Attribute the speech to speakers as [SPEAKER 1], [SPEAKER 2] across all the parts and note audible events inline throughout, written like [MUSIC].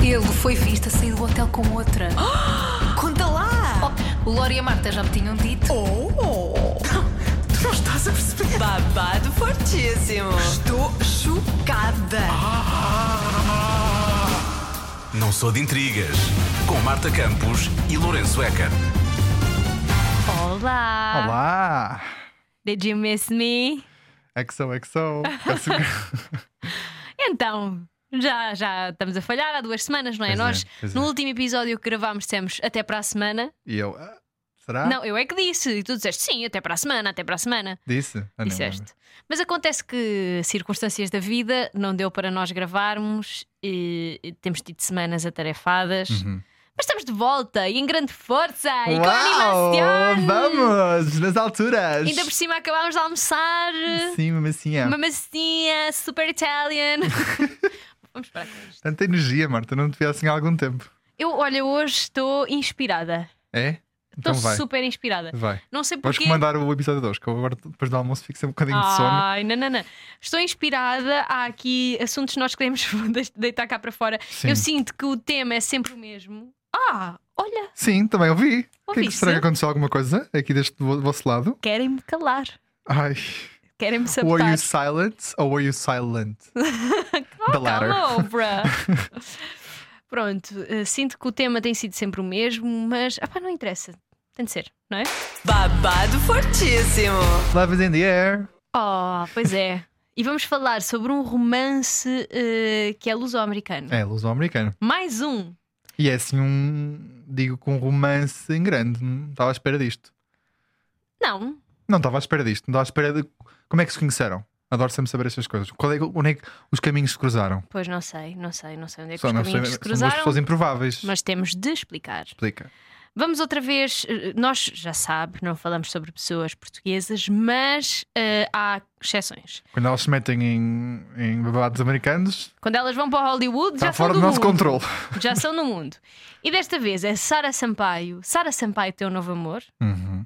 [SPEAKER 1] Ele foi visto a sair do hotel com outra.
[SPEAKER 2] [GASPS] Conta lá!
[SPEAKER 1] Oh, o Lori e a Marta já me tinham dito.
[SPEAKER 2] Oh!
[SPEAKER 3] Tu não estás a perceber?
[SPEAKER 2] Babado fortíssimo!
[SPEAKER 3] Estou chocada.
[SPEAKER 4] Não sou de intrigas. Com Marta Campos e Lourenço Eker.
[SPEAKER 5] Olá!
[SPEAKER 6] Olá!
[SPEAKER 5] Did you miss me?
[SPEAKER 6] XOXO!
[SPEAKER 5] [LAUGHS] Então, já, já estamos a falhar há duas semanas, não é?
[SPEAKER 6] Pois é,
[SPEAKER 5] Nós,
[SPEAKER 6] pois
[SPEAKER 5] no
[SPEAKER 6] é.
[SPEAKER 5] último episódio que gravámos, dissemos até para a semana.
[SPEAKER 6] e eu. ah, será?
[SPEAKER 5] Não, eu é que disse. E tu disseste sim, até para a semana, até para a semana.
[SPEAKER 6] Disse? Ah, não,
[SPEAKER 5] Disseste. Mas acontece que circunstâncias da vida não deu para nós gravarmos e, e temos tido semanas atarefadas.
[SPEAKER 6] Uhum.
[SPEAKER 5] Mas estamos de volta e em grande força e com
[SPEAKER 6] Uau!
[SPEAKER 5] animação!
[SPEAKER 6] Vamos! Nas alturas!
[SPEAKER 5] Ainda por cima acabámos de almoçar.
[SPEAKER 6] Sim, mesmo assim é.
[SPEAKER 5] Uma massinha super
[SPEAKER 6] [LAUGHS]
[SPEAKER 5] Italian. Vamos parar com isto.
[SPEAKER 6] Tanta energia, Marta, não te vi assim há algum tempo.
[SPEAKER 5] Eu, olha, hoje estou inspirada.
[SPEAKER 6] É?
[SPEAKER 5] Estou
[SPEAKER 6] Então vai.
[SPEAKER 5] super inspirada.
[SPEAKER 6] Vai.
[SPEAKER 5] Não sei
[SPEAKER 6] Vamos
[SPEAKER 5] porquê.
[SPEAKER 6] comandar o episódio 2, que eu agora depois do almoço fico sempre um bocadinho
[SPEAKER 5] Ah,
[SPEAKER 6] de sono.
[SPEAKER 5] Ai, não, não, não. Estou inspirada. Há aqui assuntos que nós queremos [LAUGHS] de- deitar cá para fora.
[SPEAKER 6] Sim.
[SPEAKER 5] Eu sinto que o tema é sempre o mesmo. Ah, olha,
[SPEAKER 6] Sim, também ouvi. O que é que
[SPEAKER 5] Ouviste?
[SPEAKER 6] será que aconteceu alguma coisa aqui deste vo- vosso lado?
[SPEAKER 5] querem-me calar.
[SPEAKER 6] Ai.
[SPEAKER 5] Querem-me
[SPEAKER 6] Were
[SPEAKER 5] sabotar. Oh,
[SPEAKER 6] you silent or were
[SPEAKER 5] [LAUGHS]
[SPEAKER 6] you silent? The latter.
[SPEAKER 5] Calou, bruh.
[SPEAKER 6] [LAUGHS]
[SPEAKER 5] Pronto, eh, sinto que o tema tem sido sempre o mesmo, mas ah, pá, não interessa. Tem de ser, não é?
[SPEAKER 2] Babado fortíssimo!
[SPEAKER 6] Love is in the air.
[SPEAKER 5] Oh, pois é. E vamos falar sobre um romance eh, que é luso-americano.
[SPEAKER 6] É, ilusão americana.
[SPEAKER 5] Mais um.
[SPEAKER 6] E é assim um. Digo com um romance em grande. Não estava à espera disto.
[SPEAKER 5] Não,
[SPEAKER 6] Não estava à espera disto. Não estava à espera de. Como é que se conheceram? Adoro sempre saber estas coisas. Qual é, que- onde é que os caminhos se cruzaram?
[SPEAKER 5] pois não sei, não sei, não sei onde é que
[SPEAKER 6] Só
[SPEAKER 5] os
[SPEAKER 6] não
[SPEAKER 5] caminhos
[SPEAKER 6] sei-
[SPEAKER 5] se
[SPEAKER 6] São duas
[SPEAKER 5] cruzaram,
[SPEAKER 6] pessoas improváveis.
[SPEAKER 5] mas temos de explicar.
[SPEAKER 6] Explica.
[SPEAKER 5] Vamos outra vez, eh, nós já sabe, não falamos sobre pessoas portuguesas, mas eh, há exceções.
[SPEAKER 6] Quando elas se metem em, em babados americanos,
[SPEAKER 5] Quando elas vão para Hollywood, já são
[SPEAKER 6] está Tá fora
[SPEAKER 5] do
[SPEAKER 6] do nosso
[SPEAKER 5] mundo.
[SPEAKER 6] controle.
[SPEAKER 5] Já são no mundo. E desta vez é Sara Sampaio. Sara Sampaio, teu novo amor.
[SPEAKER 6] Uhum.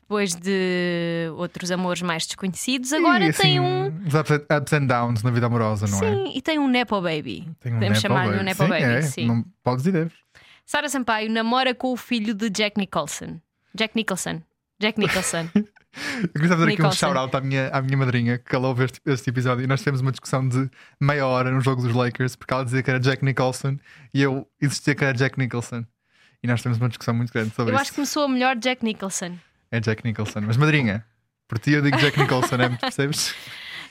[SPEAKER 5] Depois de outros amores mais desconhecidos, agora
[SPEAKER 6] E, assim,
[SPEAKER 5] tem um
[SPEAKER 6] Os ups, ups and downs na vida amorosa, não é?
[SPEAKER 5] Sim, e tem um Nepo Baby.
[SPEAKER 6] Tem
[SPEAKER 5] Podemos
[SPEAKER 6] nepo
[SPEAKER 5] chamar-lhe um
[SPEAKER 6] baby.
[SPEAKER 5] Nepo
[SPEAKER 6] sim,
[SPEAKER 5] Baby,
[SPEAKER 6] é.
[SPEAKER 5] sim.
[SPEAKER 6] Não podes e deves.
[SPEAKER 5] Sara Sampaio namora com o filho de Jack Nicholson. Jack Nicholson. Jack
[SPEAKER 6] [LAUGHS]
[SPEAKER 5] Nicholson.
[SPEAKER 6] Eu queria só fazer aqui um
[SPEAKER 5] Nicholson.
[SPEAKER 6] shout-out à minha, à minha madrinha, que ela ouve este, este episódio e nós tivemos uma discussão de meia hora no jogo dos Lakers, porque ela dizia que era Jack Nicholson e eu insistia que era Jack Nicholson. E nós tivemos uma discussão muito grande sobre
[SPEAKER 5] Eu acho
[SPEAKER 6] isso.
[SPEAKER 5] que começou a melhor Jack Nicholson.
[SPEAKER 6] É Jack Nicholson. Mas madrinha, por ti eu digo Jack Nicholson, é
[SPEAKER 5] [LAUGHS]
[SPEAKER 6] muito, percebes?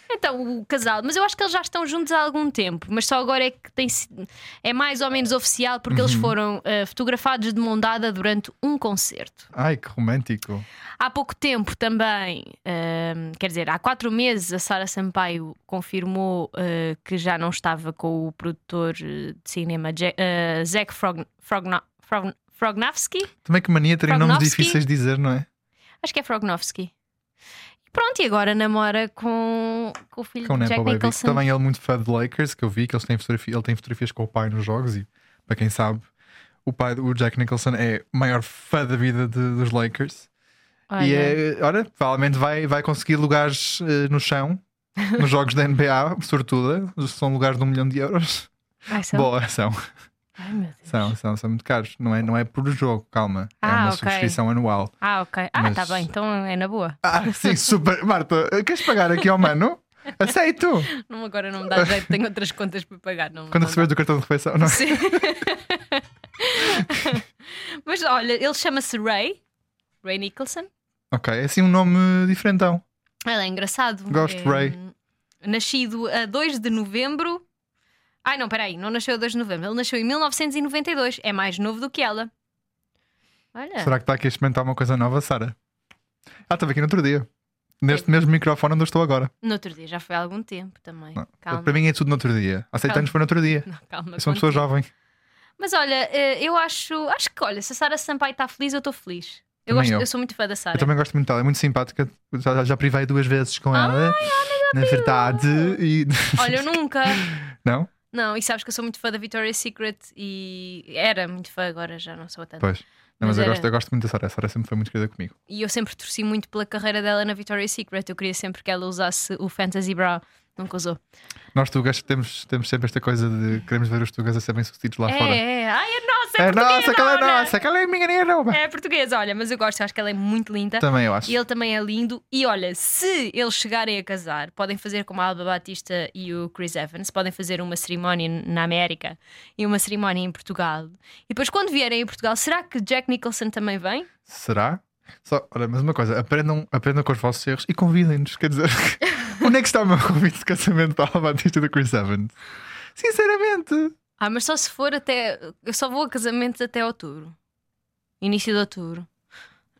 [SPEAKER 5] Então, o casal, mas eu acho que eles já estão juntos há algum tempo, mas só agora é que tem sido- é mais ou menos oficial porque
[SPEAKER 6] Uhum.
[SPEAKER 5] eles foram eh, fotografados de mão dada durante um concerto.
[SPEAKER 6] Ai, que romântico.
[SPEAKER 5] Há pouco tempo também, ehm, quer dizer, há quatro meses, a Sara Sampaio confirmou eh, que já não estava com o produtor eh, de cinema Je- eh, Zac Frogn- Frogna- Frogn- Frognowski.
[SPEAKER 6] Também que mania terem nomes
[SPEAKER 5] Prognowski?
[SPEAKER 6] difíceis de dizer, não é?
[SPEAKER 5] Acho que é Frognowski. E pronto, e agora namora com, com o filho
[SPEAKER 6] Com o
[SPEAKER 5] de
[SPEAKER 6] Nepo
[SPEAKER 5] Jack
[SPEAKER 6] Baby.
[SPEAKER 5] Nicholson.
[SPEAKER 6] Também ele é muito fã de Lakers, que eu vi que eles têm fotografia- ele tem fotografias com o pai nos jogos e, para quem sabe, o pai do Jack Nicholson é o maior fã da vida de- dos Lakers. E
[SPEAKER 5] Olha,
[SPEAKER 6] é, olha, provavelmente vai, vai conseguir lugares eh, no chão,
[SPEAKER 5] [LAUGHS]
[SPEAKER 6] nos jogos da NBA, sortuda. São lugares de um milhão de euros.
[SPEAKER 5] ai, são-
[SPEAKER 6] Boa, são,
[SPEAKER 5] um- ai, meu Deus.
[SPEAKER 6] são, são, são muito caros. Não é, não é por jogo, calma. é
[SPEAKER 5] Ah,
[SPEAKER 6] uma
[SPEAKER 5] ok.
[SPEAKER 6] subscrição anual.
[SPEAKER 5] Ah, ok. Ah,
[SPEAKER 6] Mas-
[SPEAKER 5] tá bem, então é na boa.
[SPEAKER 6] Ah, sim, super. Marta, queres pagar aqui ao mano? Aceito!
[SPEAKER 5] [LAUGHS] Não, agora não me dá jeito, tenho outras contas para pagar. Não,
[SPEAKER 6] Quando
[SPEAKER 5] não dá.
[SPEAKER 6] receberes do cartão de refeição. Não. é?
[SPEAKER 5] Sim. [LAUGHS] Mas olha, ele chama-se Ray. Ray Nicholson.
[SPEAKER 6] Ok, é assim um nome diferentão.
[SPEAKER 5] Ele é engraçado.
[SPEAKER 6] Gosto de
[SPEAKER 5] É,
[SPEAKER 6] Ray.
[SPEAKER 5] Nascido a 2 de novembro. Ai, não, peraí, não nasceu a 2 de novembro. Ele nasceu em 1992. É mais novo do que ela. Olha.
[SPEAKER 6] Será que está aqui a experimentar uma coisa nova, Sara? Ah, estava aqui no outro dia. Neste mesmo microfone onde eu estou agora.
[SPEAKER 5] No outro dia, já foi há algum tempo também. Calma.
[SPEAKER 6] Para mim é tudo no outro dia. Há sete
[SPEAKER 5] Calma.
[SPEAKER 6] anos foi no outro dia.
[SPEAKER 5] Não, calma.
[SPEAKER 6] Eu sou uma
[SPEAKER 5] contigo.
[SPEAKER 6] pessoa jovem.
[SPEAKER 5] Mas olha, eh, eu acho. Acho que, olha, se a Sara Sampaio está feliz, eu estou feliz. Eu,
[SPEAKER 6] Também
[SPEAKER 5] gosto,
[SPEAKER 6] eu.
[SPEAKER 5] eu sou muito fã da Sara.
[SPEAKER 6] Eu também gosto muito dela, é muito simpática. Já, já privei duas vezes com ela. na verdade. E... [LAUGHS]
[SPEAKER 5] Olha, eu nunca.
[SPEAKER 6] Não?
[SPEAKER 5] Não, e sabes que eu sou muito fã da Victoria's Secret e era muito fã, agora já não sou tanto.
[SPEAKER 6] Pois. Não,
[SPEAKER 5] Mas
[SPEAKER 6] mas, eu,
[SPEAKER 5] era-
[SPEAKER 6] gosto, eu gosto muito da Sara. A Sara sempre foi muito querida comigo.
[SPEAKER 5] E eu sempre torci muito pela carreira dela na Victoria's Secret. Eu queria sempre que ela usasse o Fantasy Bra Nunca usou.
[SPEAKER 6] Nós tugas temos, temos sempre esta coisa de queremos ver os tugas a ser bem-sucedidos lá Tá fora.
[SPEAKER 5] É, é, ai, é nossa, é,
[SPEAKER 6] É nossa, aquela é
[SPEAKER 5] portuguesa,
[SPEAKER 6] nossa, aquela é minha, nem é não.
[SPEAKER 5] É portuguesa, olha, mas eu gosto, eu acho que ela é muito linda.
[SPEAKER 6] Também eu acho.
[SPEAKER 5] E ele também é lindo. E olha, se eles chegarem a casar, podem fazer como a Alba Batista e o Chris Evans, podem fazer uma cerimónia na América e uma cerimónia em Portugal. E depois, quando vierem a Portugal, será que Jack Nicholson também vem?
[SPEAKER 6] Será? Só, olha, mas uma coisa, aprendam, aprendam com os vossos erros e convidem-nos.
[SPEAKER 5] [LAUGHS]
[SPEAKER 6] Quer dizer, onde é que está o meu convite de casamento para a Batista do Chris Evans? Sinceramente,
[SPEAKER 5] Ah, mas só se for até. Eu só vou a casamentos até outubro. Início de outubro.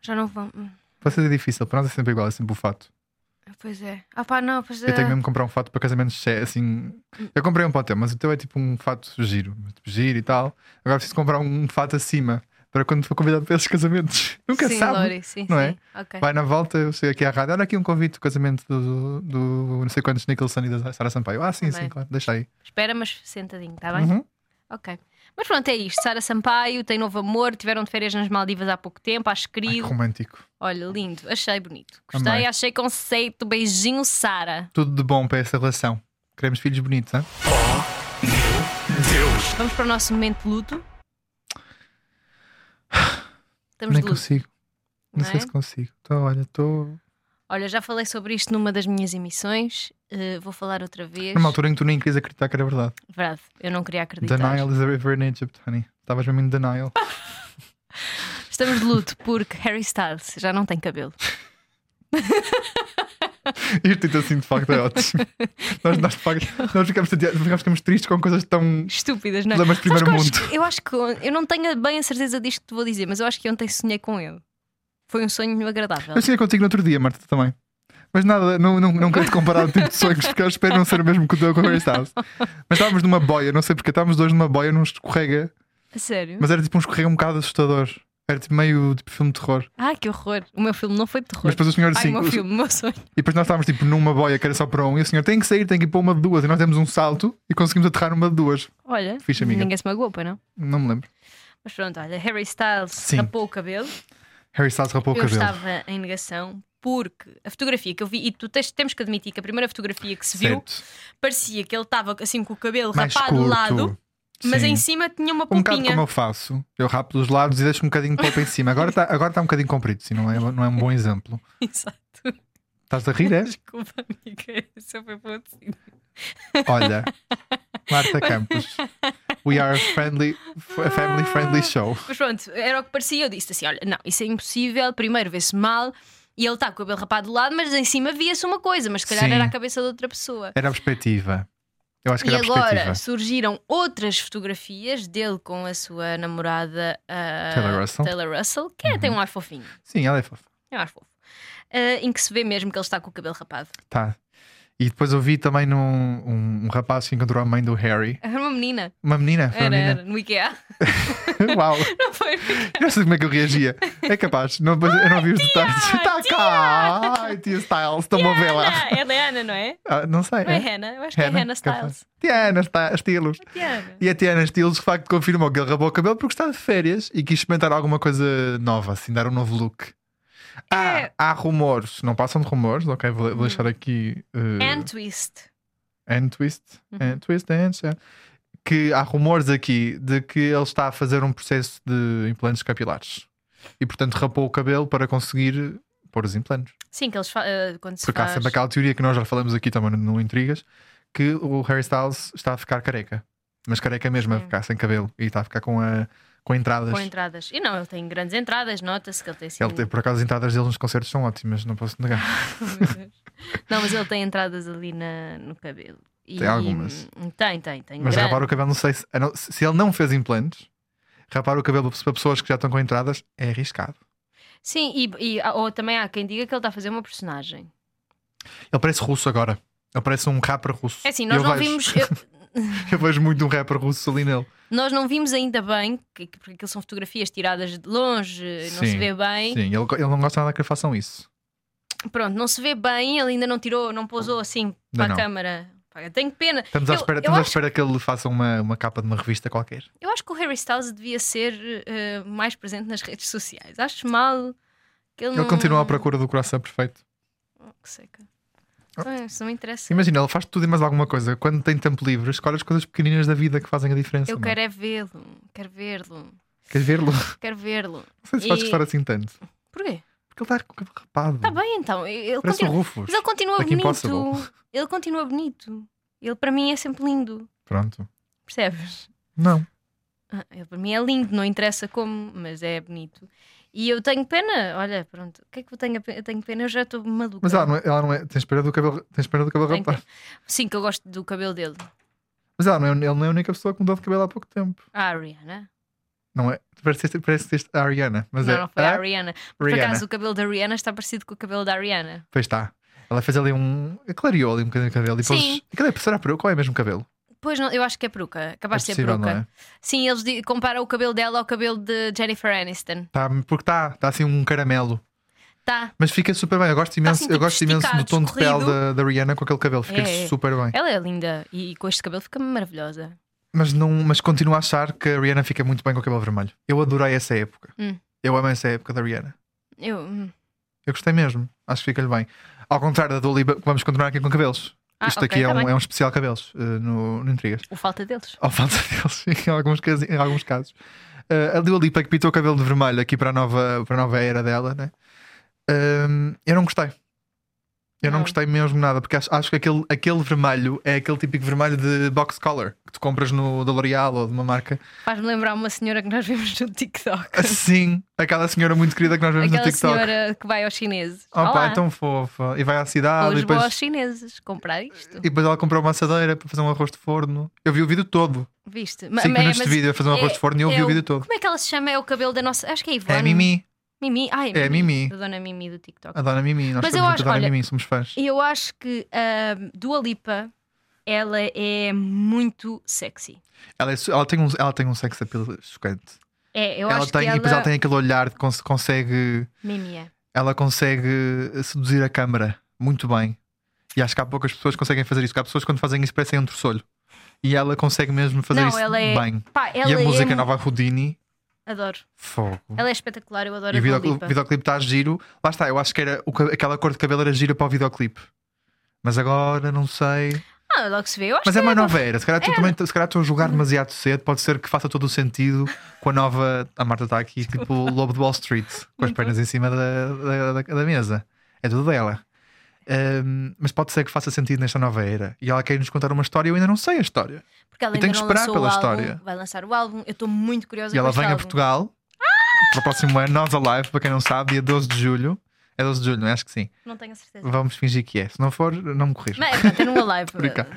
[SPEAKER 5] Já não vão. hum,
[SPEAKER 6] para ser difícil, para nós é sempre igual, é sempre o fato.
[SPEAKER 5] Pois é. Ah, pá, não, pois é.
[SPEAKER 6] Eu tenho mesmo que comprar um fato para casamentos sé- assim. Eu comprei um para o teu, mas o teu é tipo um fato giro, tipo giro e tal. Agora preciso comprar um fato acima para quando for convidado para esses casamentos. [LAUGHS] Nunca
[SPEAKER 5] sim,
[SPEAKER 6] sabe.
[SPEAKER 5] Lori, sim,
[SPEAKER 6] não é?
[SPEAKER 5] sim. Ok.
[SPEAKER 6] Vai na volta, eu chego aqui à rádio. Olha aqui um convite do casamento do, do não sei quantos Nicholson e da Sara Sampaio. Ah, sim,
[SPEAKER 5] Também.
[SPEAKER 6] sim, claro, deixa aí.
[SPEAKER 5] Espera, mas sentadinho, está bem?
[SPEAKER 6] Uhum.
[SPEAKER 5] Ok. Mas pronto, é isto. Sara Sampaio tem novo amor, tiveram de férias nas Maldivas há pouco tempo, acho
[SPEAKER 6] Ai, que
[SPEAKER 5] querido.
[SPEAKER 6] romântico.
[SPEAKER 5] Olha, lindo, achei bonito. Gostei,
[SPEAKER 6] Amei.
[SPEAKER 5] achei conceito. Beijinho, Sara.
[SPEAKER 6] Tudo de bom para essa relação. Queremos filhos bonitos, hein?
[SPEAKER 4] Deus!
[SPEAKER 5] Vamos para o nosso momento de luto. Estamos de
[SPEAKER 6] Nem
[SPEAKER 5] luto.
[SPEAKER 6] consigo. Não
[SPEAKER 5] não
[SPEAKER 6] sei
[SPEAKER 5] é?
[SPEAKER 6] se consigo. Então, olha, estou.
[SPEAKER 5] Olha, já falei sobre isto numa das minhas emissões. eh, vou falar outra vez.
[SPEAKER 6] Numa altura em que tu nem querias acreditar que era verdade.
[SPEAKER 5] Verdade, eu não queria acreditar.
[SPEAKER 6] Denial is a river in Egypt, honey. Estavas mesmo em denial.
[SPEAKER 5] Estamos de luto porque Harry Styles já não tem cabelo.
[SPEAKER 6] E tu assim,
[SPEAKER 5] [LAUGHS]
[SPEAKER 6] de facto, é ótimo. nós, nós, de facto, nós ficamos, chateados, ficamos, ficamos tristes com coisas tão.
[SPEAKER 5] Estúpidas, não é?
[SPEAKER 6] Problemas de
[SPEAKER 5] Sabes
[SPEAKER 6] primeiro
[SPEAKER 5] que eu acho
[SPEAKER 6] mundo.
[SPEAKER 5] que- eu acho que on- eu não tenho bem a certeza disto que te vou dizer, mas eu acho que ontem sonhei com ele. Foi um sonho agradável.
[SPEAKER 6] Eu cheguei contigo no outro dia, Marta, também. Mas nada, não, não, não quero te comparar o tipo de sonhos, porque eu espero não ser o mesmo que o teu com o Harry Styles. Mas estávamos numa boia, não sei porque, estávamos dois numa boia, num escorrega,
[SPEAKER 5] A sério?
[SPEAKER 6] mas era tipo um escorrega um bocado assustador. Era tipo meio tipo filme de terror.
[SPEAKER 5] Ah, que horror! O meu filme não foi de terror.
[SPEAKER 6] Mas depois o senhor
[SPEAKER 5] Ai, o
[SPEAKER 6] assim.
[SPEAKER 5] meu
[SPEAKER 6] o-
[SPEAKER 5] filme, o meu sonho.
[SPEAKER 6] E depois nós estávamos tipo numa boia que era só para um, e o senhor tem que sair, tem que ir para uma de duas, e nós demos um salto e conseguimos aterrar numa de duas.
[SPEAKER 5] Olha,
[SPEAKER 6] Fixe, amiga.
[SPEAKER 5] ninguém se magoou, pois não?
[SPEAKER 6] Não me lembro.
[SPEAKER 5] Mas pronto, olha, Harry Styles
[SPEAKER 6] Sim.
[SPEAKER 5] rapou o cabelo.
[SPEAKER 6] Harry Styles rapou o
[SPEAKER 5] eu
[SPEAKER 6] cabelo.
[SPEAKER 5] estava em negação porque a fotografia que eu vi, e tu tens- temos que admitir que a primeira fotografia que se viu
[SPEAKER 6] Certo.
[SPEAKER 5] parecia que ele estava assim com o cabelo
[SPEAKER 6] Mais
[SPEAKER 5] rapado
[SPEAKER 6] curto.
[SPEAKER 5] de lado, mas
[SPEAKER 6] Sim.
[SPEAKER 5] em cima tinha uma
[SPEAKER 6] Um bocado
[SPEAKER 5] pompinha.
[SPEAKER 6] como eu faço. Eu rapo dos lados e deixo um bocadinho de polpa em cima. Agora está agora tá um bocadinho comprido, sim, não é, não é um bom exemplo.
[SPEAKER 5] [LAUGHS] Exato.
[SPEAKER 6] Estás a rir, é?
[SPEAKER 5] Desculpa, amiga, isso foi para o outro
[SPEAKER 6] Olha, Marta Campos. We are a friendly, a family friendly show.
[SPEAKER 5] Mas pronto, era o que parecia. Eu disse assim: olha, não, isso é impossível. Primeiro vê-se mal. E ele está com o cabelo rapado de lado, mas em cima via-se uma coisa, mas se calhar
[SPEAKER 6] Sim.
[SPEAKER 5] era a cabeça de outra pessoa.
[SPEAKER 6] Era a perspectiva. Eu acho que
[SPEAKER 5] E
[SPEAKER 6] era a
[SPEAKER 5] agora
[SPEAKER 6] perspectiva.
[SPEAKER 5] surgiram outras fotografias dele com a sua namorada ah,
[SPEAKER 6] Taylor Russell.
[SPEAKER 5] Taylor Russell, que tem um ar fofinho.
[SPEAKER 6] Sim, ela é fofa.
[SPEAKER 5] Tem um ar fofo. Ah, em que se vê mesmo que ele está com o cabelo rapado.
[SPEAKER 6] Tá. E depois eu vi também num um, um rapaz que encontrou a mãe do Harry.
[SPEAKER 5] Era uma menina.
[SPEAKER 6] Uma menina, foi uma
[SPEAKER 5] Era,
[SPEAKER 6] menina.
[SPEAKER 5] era, no IKEA. [LAUGHS]
[SPEAKER 6] [LAUGHS] Uau,
[SPEAKER 5] Não foi no IKEA.
[SPEAKER 6] não sei como é que eu reagia. É capaz, não, mas eu não vi os detalhes. Está cá! Ai, tia Styles, estão a ver lá.
[SPEAKER 5] Ana, ela é Ana, não é?
[SPEAKER 6] Ah, não sei.
[SPEAKER 5] Não é
[SPEAKER 6] É?
[SPEAKER 5] Hannah? Eu acho que é Hannah Styles.
[SPEAKER 6] capaz. Tiana Sta- Estilos.
[SPEAKER 5] Tiana.
[SPEAKER 6] E a Tiana Estilos de facto confirmou que ele rabou o cabelo porque está de férias e quis experimentar alguma coisa nova, assim, dar um novo look. Ah,
[SPEAKER 5] É. Uhum.
[SPEAKER 6] Há, há rumores, não passam de rumores, ok? Vou, vou deixar aqui. eh,
[SPEAKER 5] And twist. Uhum.
[SPEAKER 6] and twist, and twist, and share. Que há rumores aqui de que ele está a fazer um processo de implantes capilares e, portanto, rapou o cabelo para conseguir pôr os implantes.
[SPEAKER 5] Sim, que eles fa- eh, quando se
[SPEAKER 6] Porque há
[SPEAKER 5] faz...
[SPEAKER 6] sempre aquela teoria que nós já falamos aqui também no- no Intrigas que o Harry Styles está a ficar careca, mas careca mesmo, a
[SPEAKER 5] Sim.
[SPEAKER 6] ficar sem cabelo e está a ficar com, a, com entradas.
[SPEAKER 5] Com entradas. E não, ele tem grandes entradas, nota-se que ele tem assim.
[SPEAKER 6] Ele tem- por acaso, as entradas dele nos concertos são ótimas, não posso negar.
[SPEAKER 5] [LAUGHS] Não, mas ele tem entradas ali na- no cabelo. E- hum,
[SPEAKER 6] Tem algumas.
[SPEAKER 5] Tem, tem, tem.
[SPEAKER 6] Mas
[SPEAKER 5] grande.
[SPEAKER 6] rapar o cabelo, não sei se, a não- se ele não fez implantes, rapar o cabelo para pessoas que já estão com entradas é arriscado.
[SPEAKER 5] Sim, e, e- ou também há quem diga que ele está a fazer uma personagem.
[SPEAKER 6] Ele parece russo agora. Ele parece um rapper russo.
[SPEAKER 5] É assim, nós
[SPEAKER 6] Eu
[SPEAKER 5] não
[SPEAKER 6] vejo- [LAUGHS]
[SPEAKER 5] vimos. eu- [LAUGHS]
[SPEAKER 6] Eu vejo muito um rapper russo ali nele.
[SPEAKER 5] nós não vimos ainda bem, que- que- porque aquilo são fotografias tiradas de longe, não se
[SPEAKER 6] Sim,
[SPEAKER 5] vê bem.
[SPEAKER 6] Sim, ele, ele não gosta nada que lhe façam isso.
[SPEAKER 5] Pronto, não se vê bem, ele ainda não tirou, não pousou assim para
[SPEAKER 6] não.
[SPEAKER 5] a câmara. Pá, eu Tenho pena.
[SPEAKER 6] Estamos à
[SPEAKER 5] Eu-
[SPEAKER 6] espera,
[SPEAKER 5] eu
[SPEAKER 6] estamos à
[SPEAKER 5] acho-
[SPEAKER 6] espera que ele faça uma, uma capa de uma revista qualquer.
[SPEAKER 5] Eu acho que o Harry Styles devia ser eh, mais presente nas redes sociais. Acho mal que ele,
[SPEAKER 6] Ele
[SPEAKER 5] não.
[SPEAKER 6] continua à procura do coração perfeito.
[SPEAKER 5] Que Oh, seca.
[SPEAKER 6] Oh.
[SPEAKER 5] Ah, Isso não me interessa.
[SPEAKER 6] Imagina, ele faz tudo e mais alguma coisa. Quando tem tempo livre, escolhe as coisas pequeninas da vida que fazem a diferença.
[SPEAKER 5] Eu
[SPEAKER 6] não é?
[SPEAKER 5] quero é vê-lo, quero vê-lo,
[SPEAKER 6] Queres vê-lo? Não
[SPEAKER 5] quero vê-lo.
[SPEAKER 6] sei se vais
[SPEAKER 5] E-
[SPEAKER 6] gostar assim tanto.
[SPEAKER 5] Porquê?
[SPEAKER 6] Porque ele está com o cabelo rapado.
[SPEAKER 5] Está bem então. Ele
[SPEAKER 6] Parece um
[SPEAKER 5] continua...
[SPEAKER 6] Rufus.
[SPEAKER 5] Mas ele continua
[SPEAKER 6] Like
[SPEAKER 5] bonito.
[SPEAKER 6] Impossible.
[SPEAKER 5] Ele continua bonito. Ele para mim é sempre lindo.
[SPEAKER 6] Pronto.
[SPEAKER 5] Percebes?
[SPEAKER 6] Não.
[SPEAKER 5] Ah, ele para mim é lindo, não interessa como, mas é bonito. E eu tenho pena, olha, pronto, o que é que eu tenho, a pe- eu tenho pena? Eu já estou maluca.
[SPEAKER 6] Mas ela não é. Ela não é tens pena do cabelo, tens pena do cabelo
[SPEAKER 5] Tenho
[SPEAKER 6] rapado.
[SPEAKER 5] Sim, que eu gosto do cabelo dele.
[SPEAKER 6] Mas ela não é, ele não é a única pessoa que mudou de cabelo há pouco tempo.
[SPEAKER 5] A Ariana.
[SPEAKER 6] Não é? Parece este, parece este a Ariana. Mas
[SPEAKER 5] não,
[SPEAKER 6] é.
[SPEAKER 5] não foi a Ariana. Por
[SPEAKER 6] Rihanna.
[SPEAKER 5] acaso o cabelo da Ariana está parecido com o cabelo da Ariana.
[SPEAKER 6] Pois está. Ela fez ali um. Clareou ali um bocadinho o cabelo. E
[SPEAKER 5] Sim.
[SPEAKER 6] depois. Aquilo é, será peruca ou é mesmo cabelo?
[SPEAKER 5] Pois não, eu acho que é peruca.
[SPEAKER 6] É
[SPEAKER 5] Capaz de ser
[SPEAKER 6] possível, não
[SPEAKER 5] peruca.
[SPEAKER 6] é?
[SPEAKER 5] Sim, eles di- comparam o cabelo dela ao cabelo de Jennifer Aniston.
[SPEAKER 6] Tá, porque está tá assim um caramelo.
[SPEAKER 5] Tá.
[SPEAKER 6] Mas fica super bem. Eu gosto imenso,
[SPEAKER 5] assim, tipo,
[SPEAKER 6] eu gosto imenso do
[SPEAKER 5] esticado,
[SPEAKER 6] tom de pele
[SPEAKER 5] escorrido.
[SPEAKER 6] da, da Rihanna com aquele cabelo. Fica
[SPEAKER 5] É, é.
[SPEAKER 6] super bem.
[SPEAKER 5] Ela é linda e, e com este cabelo fica maravilhosa.
[SPEAKER 6] Mas, não, mas continuo a achar que a Rihanna fica muito bem com o cabelo vermelho. Eu adorei essa época.
[SPEAKER 5] Hum.
[SPEAKER 6] Eu amo essa época da Rihanna.
[SPEAKER 5] Eu. hum.
[SPEAKER 6] Eu gostei mesmo. Acho que fica-lhe bem. Ao contrário da Dua Lipa, que vamos continuar aqui com cabelos.
[SPEAKER 5] Ah,
[SPEAKER 6] Isto
[SPEAKER 5] ok,
[SPEAKER 6] aqui é,
[SPEAKER 5] tá
[SPEAKER 6] um,
[SPEAKER 5] bem.
[SPEAKER 6] é um especial cabelos eh, no, no Intrigas.
[SPEAKER 5] Ou falta deles.
[SPEAKER 6] Ao falta [LAUGHS] deles, em alguns, casi- em alguns casos. Eh, a Dua Lipa que pintou o cabelo de vermelho aqui para a nova, para a nova era dela, né? Ehm, eu não gostei. Eu não,
[SPEAKER 5] Não.
[SPEAKER 6] gostei mesmo nada, porque acho, acho que aquele, aquele vermelho é aquele típico vermelho de box color que tu compras no da L'Oreal ou de
[SPEAKER 5] [LAUGHS]
[SPEAKER 6] uma marca
[SPEAKER 5] Faz-me lembrar uma senhora que nós vimos no TikTok.
[SPEAKER 6] assim. Aquela senhora muito querida que nós vemos
[SPEAKER 5] Aquela
[SPEAKER 6] no TikTok.
[SPEAKER 5] senhora que vai aos chineses.
[SPEAKER 6] Oh, pá,
[SPEAKER 5] Olá.
[SPEAKER 6] é tão fofa. E vai à cidade
[SPEAKER 5] Ou
[SPEAKER 6] e
[SPEAKER 5] os
[SPEAKER 6] depois,
[SPEAKER 5] bons chineses comprar isto.
[SPEAKER 6] e depois ela comprou uma assadeira para fazer um arroz de forno. Eu vi o vídeo todo.
[SPEAKER 5] Viste?
[SPEAKER 6] cinco minutos de vídeo a fazer um arroz de forno e eu vi o vídeo todo.
[SPEAKER 5] Como é que ela se chama? É o cabelo da nossa. Acho que é Ivone.
[SPEAKER 6] É a Mimi,
[SPEAKER 5] Mimi. Ai,
[SPEAKER 6] É a Mimi.
[SPEAKER 5] Da dona Mimi do TikTok.
[SPEAKER 6] a dona Mimi. Nós
[SPEAKER 5] Mas
[SPEAKER 6] estamos
[SPEAKER 5] eu
[SPEAKER 6] a
[SPEAKER 5] acho-
[SPEAKER 6] dona
[SPEAKER 5] olha-
[SPEAKER 6] Mimi, somos fãs.
[SPEAKER 5] Eu acho que a Dua Lipa ela é muito sexy.
[SPEAKER 6] Ela, é su- ela, tem um, ela tem um sex appeal chocante.
[SPEAKER 5] É, eu
[SPEAKER 6] Ela
[SPEAKER 5] acho
[SPEAKER 6] tem,
[SPEAKER 5] que
[SPEAKER 6] E depois
[SPEAKER 5] ela,
[SPEAKER 6] ela tem aquele olhar que cons- consegue.
[SPEAKER 5] Mimi é.
[SPEAKER 6] Ela consegue seduzir a câmara muito bem. E acho que há poucas pessoas que conseguem fazer isso. que Há pessoas que quando fazem isso parecem um tressolho. E ela consegue mesmo fazer
[SPEAKER 5] Não,
[SPEAKER 6] isso
[SPEAKER 5] ela é-
[SPEAKER 6] bem.
[SPEAKER 5] Pá, ela
[SPEAKER 6] e a música
[SPEAKER 5] é...
[SPEAKER 6] nova Houdini,
[SPEAKER 5] Adoro.
[SPEAKER 6] fogo.
[SPEAKER 5] Ela é espetacular, eu adoro
[SPEAKER 6] E
[SPEAKER 5] a Dua
[SPEAKER 6] o videoclipe,
[SPEAKER 5] Lipa.
[SPEAKER 6] o videoclipe está giro. Lá está, eu acho que era o ca- aquela cor de cabelo era giro para o videoclipe. Mas agora não sei.
[SPEAKER 5] Ah, logo se vê. Eu acho
[SPEAKER 6] Mas
[SPEAKER 5] que
[SPEAKER 6] é uma
[SPEAKER 5] ela-
[SPEAKER 6] nova era. Se calhar, tu também, se calhar estou a julgar demasiado cedo. Pode ser que faça todo o sentido com a nova. A Marta está aqui, tipo o Lobo de Wall Street, com as pernas em cima da, da, da- da mesa. É tudo dela. Ahm, mas pode ser que faça sentido nesta nova era. E ela quer nos contar uma história. Eu ainda não sei a história.
[SPEAKER 5] Porque ela
[SPEAKER 6] Eu tenho
[SPEAKER 5] ainda
[SPEAKER 6] que
[SPEAKER 5] não
[SPEAKER 6] esperar
[SPEAKER 5] lançou o
[SPEAKER 6] pela
[SPEAKER 5] álbum,
[SPEAKER 6] história.
[SPEAKER 5] Vai lançar o álbum. Eu estou muito curiosa
[SPEAKER 6] E ela
[SPEAKER 5] com este
[SPEAKER 6] vem a
[SPEAKER 5] álbum.
[SPEAKER 6] Portugal para o próximo ano, Nós Alive, para quem não sabe, dia 12 de julho. É 12 de julho, não é? acho que sim.
[SPEAKER 5] Não tenho a certeza.
[SPEAKER 6] Vamos fingir que é. Se não for, não me corrijo.
[SPEAKER 5] Mas é, pronto, é numa live.
[SPEAKER 6] Brincar.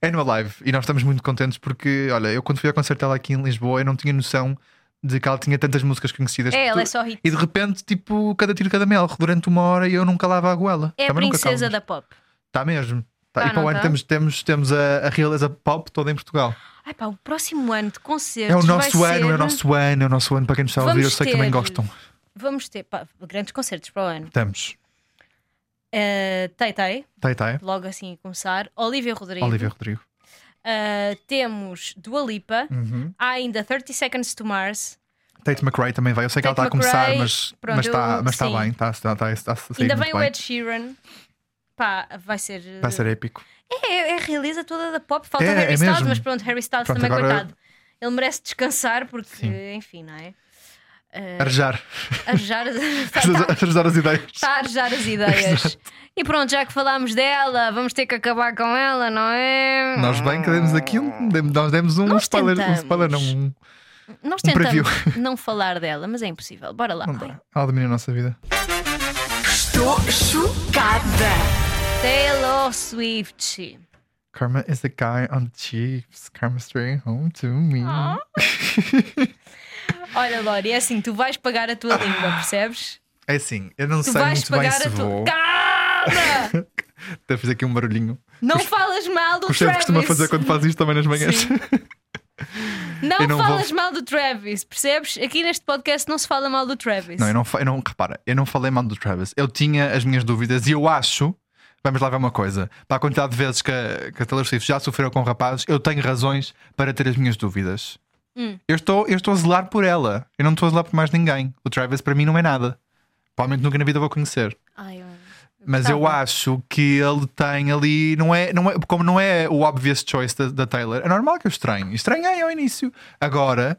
[SPEAKER 6] É numa live e nós estamos muito contentes porque, olha, eu quando fui ao concerto dela aqui em Lisboa, eu não tinha noção de que ela tinha tantas músicas conhecidas.
[SPEAKER 5] É,
[SPEAKER 6] Tu-
[SPEAKER 5] ela é só hit.
[SPEAKER 6] E de repente, tipo, cada tiro, cada melro, durante uma hora e eu nunca lavo a goela.
[SPEAKER 5] É a princesa da pop.
[SPEAKER 6] Está mesmo. Tá,
[SPEAKER 5] Tá,
[SPEAKER 6] e para o
[SPEAKER 5] não
[SPEAKER 6] ano
[SPEAKER 5] tá?
[SPEAKER 6] temos, temos, temos a, a realeza pop toda em Portugal.
[SPEAKER 5] Ai pá, o próximo ano de
[SPEAKER 6] É
[SPEAKER 5] concertos.
[SPEAKER 6] o nosso
[SPEAKER 5] vai
[SPEAKER 6] ano,
[SPEAKER 5] ser-
[SPEAKER 6] é o nosso ano, é o nosso ano para quem nos está a ouvir, eu
[SPEAKER 5] Vamos
[SPEAKER 6] sei que também
[SPEAKER 5] ter-
[SPEAKER 6] gostam.
[SPEAKER 5] Vamos ter pá, grandes concertos para o ano.
[SPEAKER 6] Estamos.
[SPEAKER 5] Eh, Tay Tay,
[SPEAKER 6] Tá, tá, é?
[SPEAKER 5] logo assim a começar. Olivia Rodrigo.
[SPEAKER 6] Olivia Rodrigo.
[SPEAKER 5] Eh, temos Dua Lipa.
[SPEAKER 6] Uhum.
[SPEAKER 5] Há ainda 30 Seconds to Mars.
[SPEAKER 6] Tate McRae também vai. Eu sei que
[SPEAKER 5] Tate
[SPEAKER 6] ela está a começar,
[SPEAKER 5] McRae,
[SPEAKER 6] mas,
[SPEAKER 5] pronto,
[SPEAKER 6] mas está
[SPEAKER 5] eu-
[SPEAKER 6] mas está
[SPEAKER 5] sim.
[SPEAKER 6] bem. tá, Está, está, está, está a sair
[SPEAKER 5] ainda
[SPEAKER 6] muito
[SPEAKER 5] vem o
[SPEAKER 6] bem.
[SPEAKER 5] Ed Sheeran. Pá, vai ser. eh,
[SPEAKER 6] Vai ser épico.
[SPEAKER 5] É, é a realeza toda da pop. Falta
[SPEAKER 6] É,
[SPEAKER 5] o Harry
[SPEAKER 6] é
[SPEAKER 5] Styles,
[SPEAKER 6] mesmo.
[SPEAKER 5] mas pronto, Harry Styles
[SPEAKER 6] Pronto,
[SPEAKER 5] também,
[SPEAKER 6] agora-
[SPEAKER 5] coitado. Ele merece descansar porque,
[SPEAKER 6] Sim.
[SPEAKER 5] enfim, não é?
[SPEAKER 6] Arejar. [LAUGHS]
[SPEAKER 5] Arejar, está, está-
[SPEAKER 6] Arejar as ideias.
[SPEAKER 5] está a arejar as ideias. E pronto, já que falámos dela, vamos ter que acabar com ela, não é?
[SPEAKER 6] Nós bem que demos aqui um. dem- Nós demos um
[SPEAKER 5] Nós
[SPEAKER 6] spoiler. Um
[SPEAKER 5] tentamos.
[SPEAKER 6] spoiler, não. Um,
[SPEAKER 5] Nós
[SPEAKER 6] Um preview.
[SPEAKER 5] tentamos não falar dela, mas é impossível. Bora lá.
[SPEAKER 6] não dá. Ela domina a nossa vida.
[SPEAKER 3] Estou chocada.
[SPEAKER 5] Taylor Swift.
[SPEAKER 6] Karma is the guy on the Chiefs. Karma straight home to me.
[SPEAKER 5] Ah. Olha, Lori, é assim, tu vais pagar a
[SPEAKER 6] [LAUGHS]
[SPEAKER 5] tua língua, percebes?
[SPEAKER 6] É assim, eu não
[SPEAKER 5] Tu
[SPEAKER 6] sei
[SPEAKER 5] vais
[SPEAKER 6] muito bem
[SPEAKER 5] pagar
[SPEAKER 6] se
[SPEAKER 5] a tua.
[SPEAKER 6] vou. [LAUGHS]
[SPEAKER 5] Cala!
[SPEAKER 6] Até fiz aqui um barulhinho.
[SPEAKER 5] Não falas mal do
[SPEAKER 6] O chefe
[SPEAKER 5] Travis.
[SPEAKER 6] costuma fazer quando faz isto também nas manhãs.
[SPEAKER 5] Sim. Não,
[SPEAKER 6] Eu não
[SPEAKER 5] falas
[SPEAKER 6] vou-
[SPEAKER 5] mal do Travis, percebes? Aqui neste podcast não se fala mal do Travis.
[SPEAKER 6] Não, eu não, fa- eu não, repara, eu não falei mal do Travis. Eu tinha as minhas dúvidas e eu acho. Vamos lá ver uma coisa. Para a quantidade de vezes que a, que a Taylor Swift já sofreu com rapazes, eu tenho razões para ter as minhas dúvidas. Eu, estou, eu estou a zelar por ela. Eu não estou a zelar por mais ninguém. O Travis para mim não é nada. Provavelmente nunca na vida eu vou conhecer.
[SPEAKER 5] Ai, eu-
[SPEAKER 6] Mas eu
[SPEAKER 5] Gostava.
[SPEAKER 6] acho que ele tem ali, não é, não é, como não é o obvious choice da, da Taylor, é normal que eu estranhe. Estranhei ao início. Agora,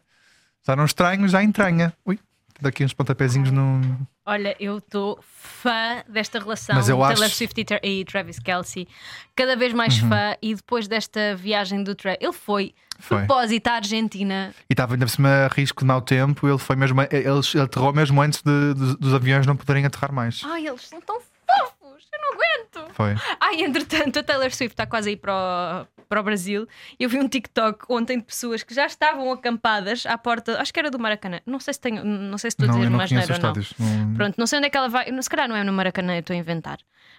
[SPEAKER 6] já não estranho, já entranha. Ui, daqui uns pontapézinhos no.
[SPEAKER 5] Olha, eu estou fã desta relação
[SPEAKER 6] Mas eu
[SPEAKER 5] Taylor
[SPEAKER 6] acho- Uhum.
[SPEAKER 5] Swift e Tra- e Travis Kelsey, cada vez mais fã. E depois desta viagem do Travis, ele foi,
[SPEAKER 6] Foi.
[SPEAKER 5] propósito à Argentina.
[SPEAKER 6] E estava ainda por cima a risco de mau tempo. Ele foi mesmo, ele, ele aterrou mesmo antes de- dos, dos aviões não poderem aterrar mais.
[SPEAKER 5] Ai, eles são tão fofos, eu não aguento.
[SPEAKER 6] Foi.
[SPEAKER 5] Ai, entretanto, a Taylor Swift está quase aí para o, para o Brasil. Eu vi um TikTok ontem de pessoas que já estavam acampadas à porta, acho que era do Maracanã. Não sei se tenho, não sei se estou a
[SPEAKER 6] Não,
[SPEAKER 5] dizer
[SPEAKER 6] eu não
[SPEAKER 5] uma
[SPEAKER 6] conheço
[SPEAKER 5] geneira
[SPEAKER 6] os
[SPEAKER 5] ou não.
[SPEAKER 6] estádios. Não-
[SPEAKER 5] Pronto, não sei onde é que ela vai. Se calhar não é no Maracanã, eu estou a inventar.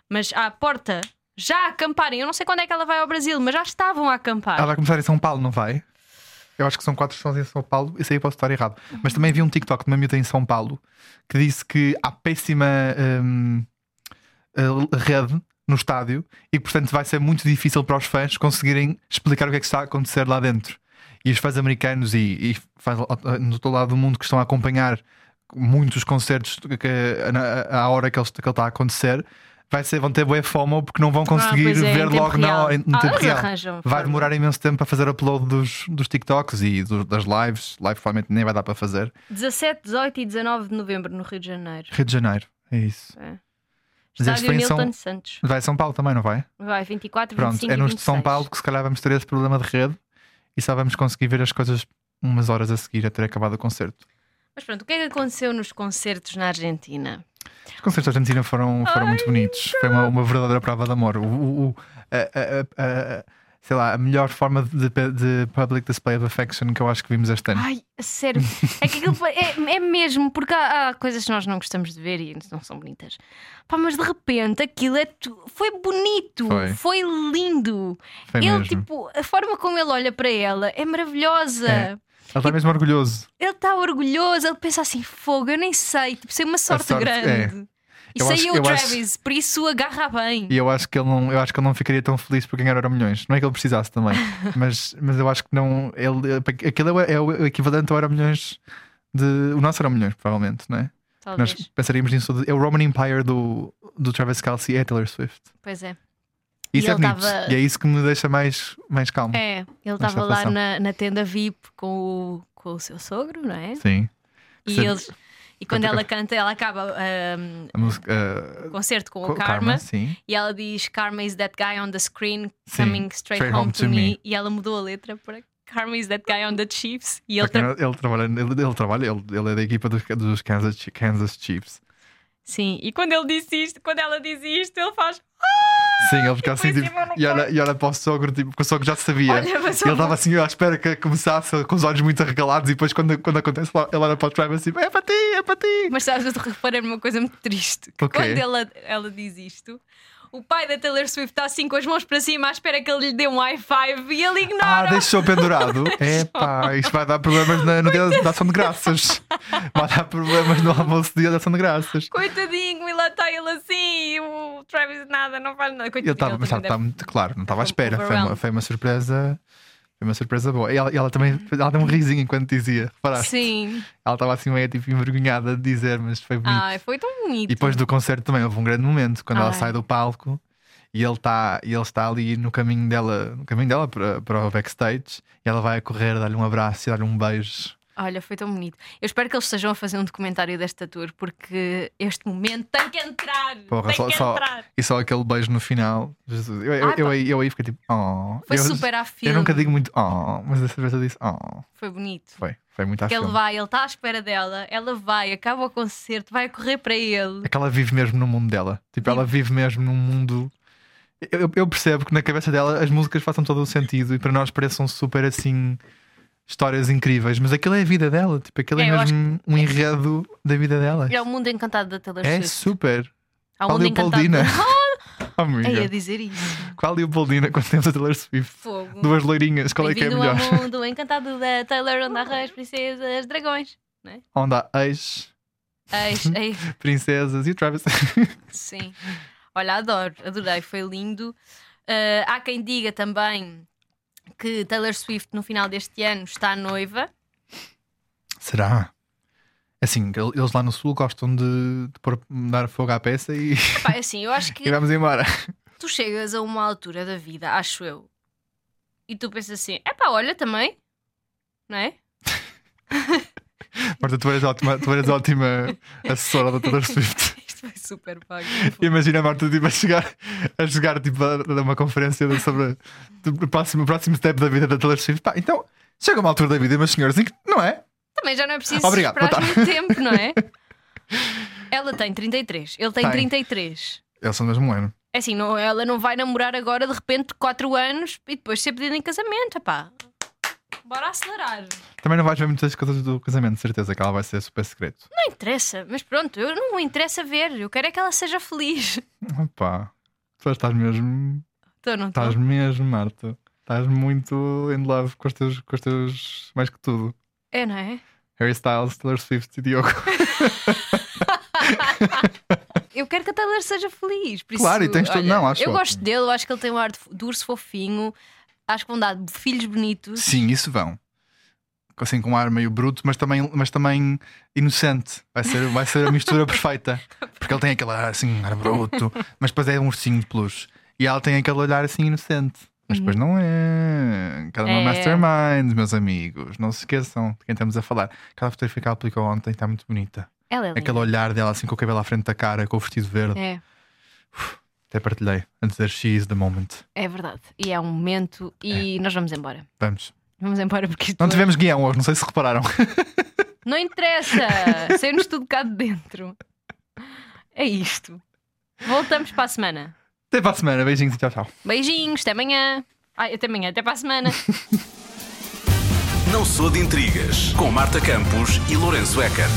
[SPEAKER 5] Mas à porta, já a acamparem. Eu não sei quando é que ela vai ao Brasil, mas já estavam a acampar.
[SPEAKER 6] Ela vai começar em São Paulo, não vai? Eu acho que são quatro sons em São Paulo, isso aí eu posso estar errado. Mas também vi um TikTok de uma miúda em São Paulo que disse que há péssima hum, eh, rede no estádio e que, portanto, vai ser muito difícil para os fãs conseguirem explicar o que é que está a acontecer lá dentro. E os fãs americanos e, e fãs lá- no outro lado do mundo que estão a acompanhar muitos concertos que- que- na- à hora que ele, que ele está a acontecer. Vai ser, vão ter bué FOMO porque não vão conseguir
[SPEAKER 5] pois é, em
[SPEAKER 6] ver
[SPEAKER 5] tempo
[SPEAKER 6] logo na
[SPEAKER 5] real.
[SPEAKER 6] hora, em- no
[SPEAKER 5] Ah,
[SPEAKER 6] tempo
[SPEAKER 5] eles
[SPEAKER 6] real.
[SPEAKER 5] arranjam
[SPEAKER 6] Vai
[SPEAKER 5] forma.
[SPEAKER 6] demorar imenso tempo para fazer upload dos, dos TikToks e do- das lives. Live provavelmente nem vai dar para fazer.
[SPEAKER 5] 17, 18 e 19 de novembro, no Rio de Janeiro.
[SPEAKER 6] Rio de Janeiro, é isso.
[SPEAKER 5] É.
[SPEAKER 6] Mas este
[SPEAKER 5] Estádio
[SPEAKER 6] foi em São-
[SPEAKER 5] Milton Santos.
[SPEAKER 6] Vai a São Paulo também, não vai?
[SPEAKER 5] Vai 24,
[SPEAKER 6] Pronto,
[SPEAKER 5] 25
[SPEAKER 6] é
[SPEAKER 5] e
[SPEAKER 6] nos de São
[SPEAKER 5] 26.
[SPEAKER 6] Paulo que se calhar vamos ter esse problema de rede e só vamos conseguir ver as coisas umas horas a seguir a ter acabado o concerto.
[SPEAKER 5] Mas pronto, o que é que aconteceu nos concertos na Argentina?
[SPEAKER 6] Os concertos da Argentina foram, foram muito bonitos. Foi uma, uma verdadeira prova de amor. O, o- o- a- a- a- a- sei lá, a melhor forma de, de public display of affection que eu acho que vimos este ano.
[SPEAKER 5] Ai, a sério, é que aquilo foi- é, é mesmo, porque há, há coisas que nós não gostamos de ver e não são bonitas. Pá, mas de repente aquilo é tu- foi bonito,
[SPEAKER 6] Foi.
[SPEAKER 5] lindo.
[SPEAKER 6] Foi
[SPEAKER 5] ele,
[SPEAKER 6] mesmo.
[SPEAKER 5] tipo, a forma como ele olha para ela é maravilhosa.
[SPEAKER 6] É. Ele
[SPEAKER 5] tipo
[SPEAKER 6] está mesmo orgulhoso.
[SPEAKER 5] Ele está orgulhoso, ele pensa assim: fogo, eu nem sei, tipo, sei uma sorte,
[SPEAKER 6] sorte, é.
[SPEAKER 5] grande. E
[SPEAKER 6] Eu acho-
[SPEAKER 5] saiu
[SPEAKER 6] eu
[SPEAKER 5] o
[SPEAKER 6] acho-
[SPEAKER 5] Travis, por isso agarra bem.
[SPEAKER 6] E eu acho que ele não, eu acho que ele não ficaria tão feliz por ganhar euro milhões. Não é que ele
[SPEAKER 5] [LAUGHS]
[SPEAKER 6] precisasse também, mas, mas eu acho que não. Ele, aquilo é o- é o equivalente ao euro milhões de. O nosso euro milhões, provavelmente, não é?
[SPEAKER 5] Talvez.
[SPEAKER 6] Nós pensaríamos nisso. de- É o Roman Empire do, do Travis Kelsey e a Taylor Swift.
[SPEAKER 5] Pois é.
[SPEAKER 6] E Isso
[SPEAKER 5] E
[SPEAKER 6] é
[SPEAKER 5] ele
[SPEAKER 6] bonito.
[SPEAKER 5] tava-
[SPEAKER 6] E é isso que me deixa mais, mais calmo.
[SPEAKER 5] É, ele
[SPEAKER 6] Nesta
[SPEAKER 5] estava lá
[SPEAKER 6] relação.
[SPEAKER 5] na, na tenda VIP com o, com o seu sogro, não é?
[SPEAKER 6] Sim.
[SPEAKER 5] E,
[SPEAKER 6] Sim.
[SPEAKER 5] eles, e quando
[SPEAKER 6] Canta-
[SPEAKER 5] ela canta, ela acaba ahm,
[SPEAKER 6] A música. ah,
[SPEAKER 5] o concerto com,
[SPEAKER 6] com
[SPEAKER 5] o Karma,
[SPEAKER 6] sim.
[SPEAKER 5] e ela diz: Karma is that guy on the screen
[SPEAKER 6] Sim,
[SPEAKER 5] coming straight,
[SPEAKER 6] straight
[SPEAKER 5] home, to me. E ela mudou a letra para Karma is that guy on the Chiefs. E ele
[SPEAKER 6] Para quem
[SPEAKER 5] tra-
[SPEAKER 6] não- Ele trabalha, ele, ele, trabalha ele, ele é da equipa dos, dos Kansas, Chi- Kansas Chiefs.
[SPEAKER 5] Sim, e quando ele disse isto, quando ela diz isto, ele faz.
[SPEAKER 6] Sim, ele ficava assim
[SPEAKER 5] por
[SPEAKER 6] tipo,
[SPEAKER 5] cima no
[SPEAKER 6] e, olha, e olha para o sogro, tipo, porque o sogro já sabia.
[SPEAKER 5] Olha, mas
[SPEAKER 6] E ele
[SPEAKER 5] eu-
[SPEAKER 6] estava assim à espera que começasse com os olhos muito arregalados, e depois, quando, quando acontece, lá- ele olha para o Travis tipo, é para ti, é para ti.
[SPEAKER 5] Mas sabes, eu reparei numa coisa muito triste. Que
[SPEAKER 6] O quê?
[SPEAKER 5] Quando ela, ela diz isto, o pai da Taylor Swift está assim com as mãos para cima à espera que ele lhe dê um high five e ele
[SPEAKER 6] Ah,
[SPEAKER 5] ignora. [LAUGHS]
[SPEAKER 6] deixou pendurado. é pá, isto vai dar problemas na, no dia da ação de graças. Vai dar problemas no almoço do dia da ação de graças.
[SPEAKER 5] Coitadinho, e lá está ele assim, e o Travis nada, não faz nada.
[SPEAKER 6] E ele
[SPEAKER 5] Coitadinho,
[SPEAKER 6] estava, mas
[SPEAKER 5] também um
[SPEAKER 6] estava muito claro, não estava à espera. Foi uma,
[SPEAKER 5] Overwhelmed.
[SPEAKER 6] foi uma surpresa. Foi uma surpresa boa. E ela, e ela também ela deu um risinho enquanto dizia.
[SPEAKER 5] deve-
[SPEAKER 6] Reparaste?
[SPEAKER 5] Uhum. Sim,
[SPEAKER 6] Ela estava assim meio tipo, envergonhada de dizer, mas foi bonito.
[SPEAKER 5] ai, foi tão bonito.
[SPEAKER 6] E depois do concerto também houve um grande momento quando ela
[SPEAKER 5] Ai.
[SPEAKER 6] sai do palco e ele está ele está ali no caminho dela, no caminho dela para, para o backstage e ela vai a correr, dar-lhe um abraço e dar-lhe um beijo.
[SPEAKER 5] Olha, foi tão bonito. Eu espero que eles estejam a fazer um documentário desta tour, porque este momento tem que entrar.
[SPEAKER 6] Porra,
[SPEAKER 5] tem
[SPEAKER 6] só-
[SPEAKER 5] que
[SPEAKER 6] só-
[SPEAKER 5] entrar.
[SPEAKER 6] E só aquele beijo no final. Jesus, eu, eu,
[SPEAKER 5] Ah,
[SPEAKER 6] eu,
[SPEAKER 5] pá.
[SPEAKER 6] aí- eu aí fiquei tipo, oh.
[SPEAKER 5] Foi
[SPEAKER 6] eu,
[SPEAKER 5] super à filme.
[SPEAKER 6] Eu nunca digo muito, oh, mas dessa vez eu disse, oh.
[SPEAKER 5] Foi bonito.
[SPEAKER 6] Foi, foi muito à
[SPEAKER 5] Que ele
[SPEAKER 6] filme.
[SPEAKER 5] vai, ele está à espera dela, ela vai, acaba o concerto, vai correr para ele.
[SPEAKER 6] É que ela vive mesmo no mundo dela. Tipo, ela vive mesmo num mundo. Eu, eu- eu percebo que na cabeça dela as músicas façam todo o sentido e para nós pareçam super assim histórias incríveis, mas aquilo é a vida dela. Tipo, aquilo é,
[SPEAKER 5] É, eu acho
[SPEAKER 6] mesmo um enredo da vida dela.
[SPEAKER 5] É o mundo encantado da Taylor
[SPEAKER 6] É
[SPEAKER 5] Swift.
[SPEAKER 6] super.
[SPEAKER 5] Há um
[SPEAKER 6] Qual
[SPEAKER 5] mundo
[SPEAKER 6] Leopoldina?
[SPEAKER 5] encantado.
[SPEAKER 6] [LAUGHS]
[SPEAKER 5] [LAUGHS] É,
[SPEAKER 6] Oh,
[SPEAKER 5] Ei, a
[SPEAKER 6] amiga.
[SPEAKER 5] dizer isso.
[SPEAKER 6] Qual Leopoldina quando temos a Taylor Swift?
[SPEAKER 5] Fogo.
[SPEAKER 6] Duas loirinhas, qual é que é
[SPEAKER 5] Hum. Bem-vindo
[SPEAKER 6] melhor?
[SPEAKER 5] ao mundo encantado da Taylor, onde há reis, princesas, dragões.
[SPEAKER 6] Onda, ex,
[SPEAKER 5] Eis, ei,
[SPEAKER 6] princesas e o Travis. [LAUGHS]
[SPEAKER 5] sim. Olha, adoro, adorei, foi lindo. Ah, há quem diga também que Taylor Swift, no final deste ano, está noiva.
[SPEAKER 6] Será? Assim, el- eles lá no Sul gostam de, de pôr- dar fogo à peça e,
[SPEAKER 5] Pá, assim, eu acho que
[SPEAKER 6] e vamos embora.
[SPEAKER 5] tu chegas a uma altura da vida, acho eu, e tu pensas assim: é pá, olha também, não é? [LAUGHS]
[SPEAKER 6] Marta, tu eras ótima, tu eras ótima assessora da Taylor Swift.
[SPEAKER 5] Isto foi super pago.
[SPEAKER 6] Imagina a Marta tipo, a chegar, a chegar tipo, a dar uma conferência de- sobre o próximo, próximo step da vida da Taylor Swift. Pá, então, chega uma altura da vida, meus senhores, em que não é?
[SPEAKER 5] Também já não é preciso
[SPEAKER 6] Obrigado, boa
[SPEAKER 5] esperar muito tempo, não
[SPEAKER 6] [LAUGHS]
[SPEAKER 5] é? Ela tem 33, ele tem
[SPEAKER 6] Tem.
[SPEAKER 5] 33.
[SPEAKER 6] Eles são do mesmo um ano.
[SPEAKER 5] É assim, não, ela não vai namorar agora de repente 4 anos e depois ser pedida em casamento, pá. Bora acelerar.
[SPEAKER 6] Também não vais ver muitas coisas do casamento, de certeza que ela vai ser super secreto.
[SPEAKER 5] Não interessa, mas pronto, eu não me interessa ver. Eu quero é que ela seja feliz. [LAUGHS]
[SPEAKER 6] Opá, tu estás mesmo.
[SPEAKER 5] Então não
[SPEAKER 6] Estás
[SPEAKER 5] estou.
[SPEAKER 6] mesmo, Marta. Estás muito in love com os teus, com os teus mais que tudo.
[SPEAKER 5] É, não é?
[SPEAKER 6] Harry Styles, Taylor Swift e Diogo.
[SPEAKER 5] Eu quero que a Taylor seja feliz. por
[SPEAKER 6] Claro,
[SPEAKER 5] isso,
[SPEAKER 6] e tens todo-
[SPEAKER 5] olha,
[SPEAKER 6] não, acho
[SPEAKER 5] Eu
[SPEAKER 6] ótimo.
[SPEAKER 5] gosto dele, eu acho que ele tem um ar de, de urso fofinho. Acho que vão dar filhos bonitos.
[SPEAKER 6] Sim, isso vão. Assim, com um ar meio bruto, mas também, mas também inocente. Vai ser, vai ser a mistura perfeita. Porque ele tem aquele ar assim, ar bruto, mas depois é um ursinho de peluche. E ela tem aquele olhar assim inocente. Mas depois não é. Cada um é
[SPEAKER 5] Uhum. É.
[SPEAKER 6] mastermind, meus amigos. Não se esqueçam de quem estamos a falar. Aquela fotografia que ela aplicou ontem está muito bonita.
[SPEAKER 5] Ela é linda.
[SPEAKER 6] Aquele olhar dela assim com o cabelo à frente da cara, com o vestido verde.
[SPEAKER 5] É,
[SPEAKER 6] Até partilhei. A dizer she is the moment.
[SPEAKER 5] é verdade. E é um momento e nós vamos embora.
[SPEAKER 6] Vamos.
[SPEAKER 5] Vamos embora porque isto é
[SPEAKER 6] É. Não tivemos guião hoje, não sei se repararam. [LAUGHS]
[SPEAKER 5] Não interessa! Saímos tudo cá de dentro. É isto. Voltamos para a semana.
[SPEAKER 6] Até para a semana. Beijinhos e tchau, tchau.
[SPEAKER 5] Beijinhos, até amanhã. Ai, até amanhã, até para a semana.
[SPEAKER 4] Não sou de intrigas com Marta Campos e Lourenço Eker.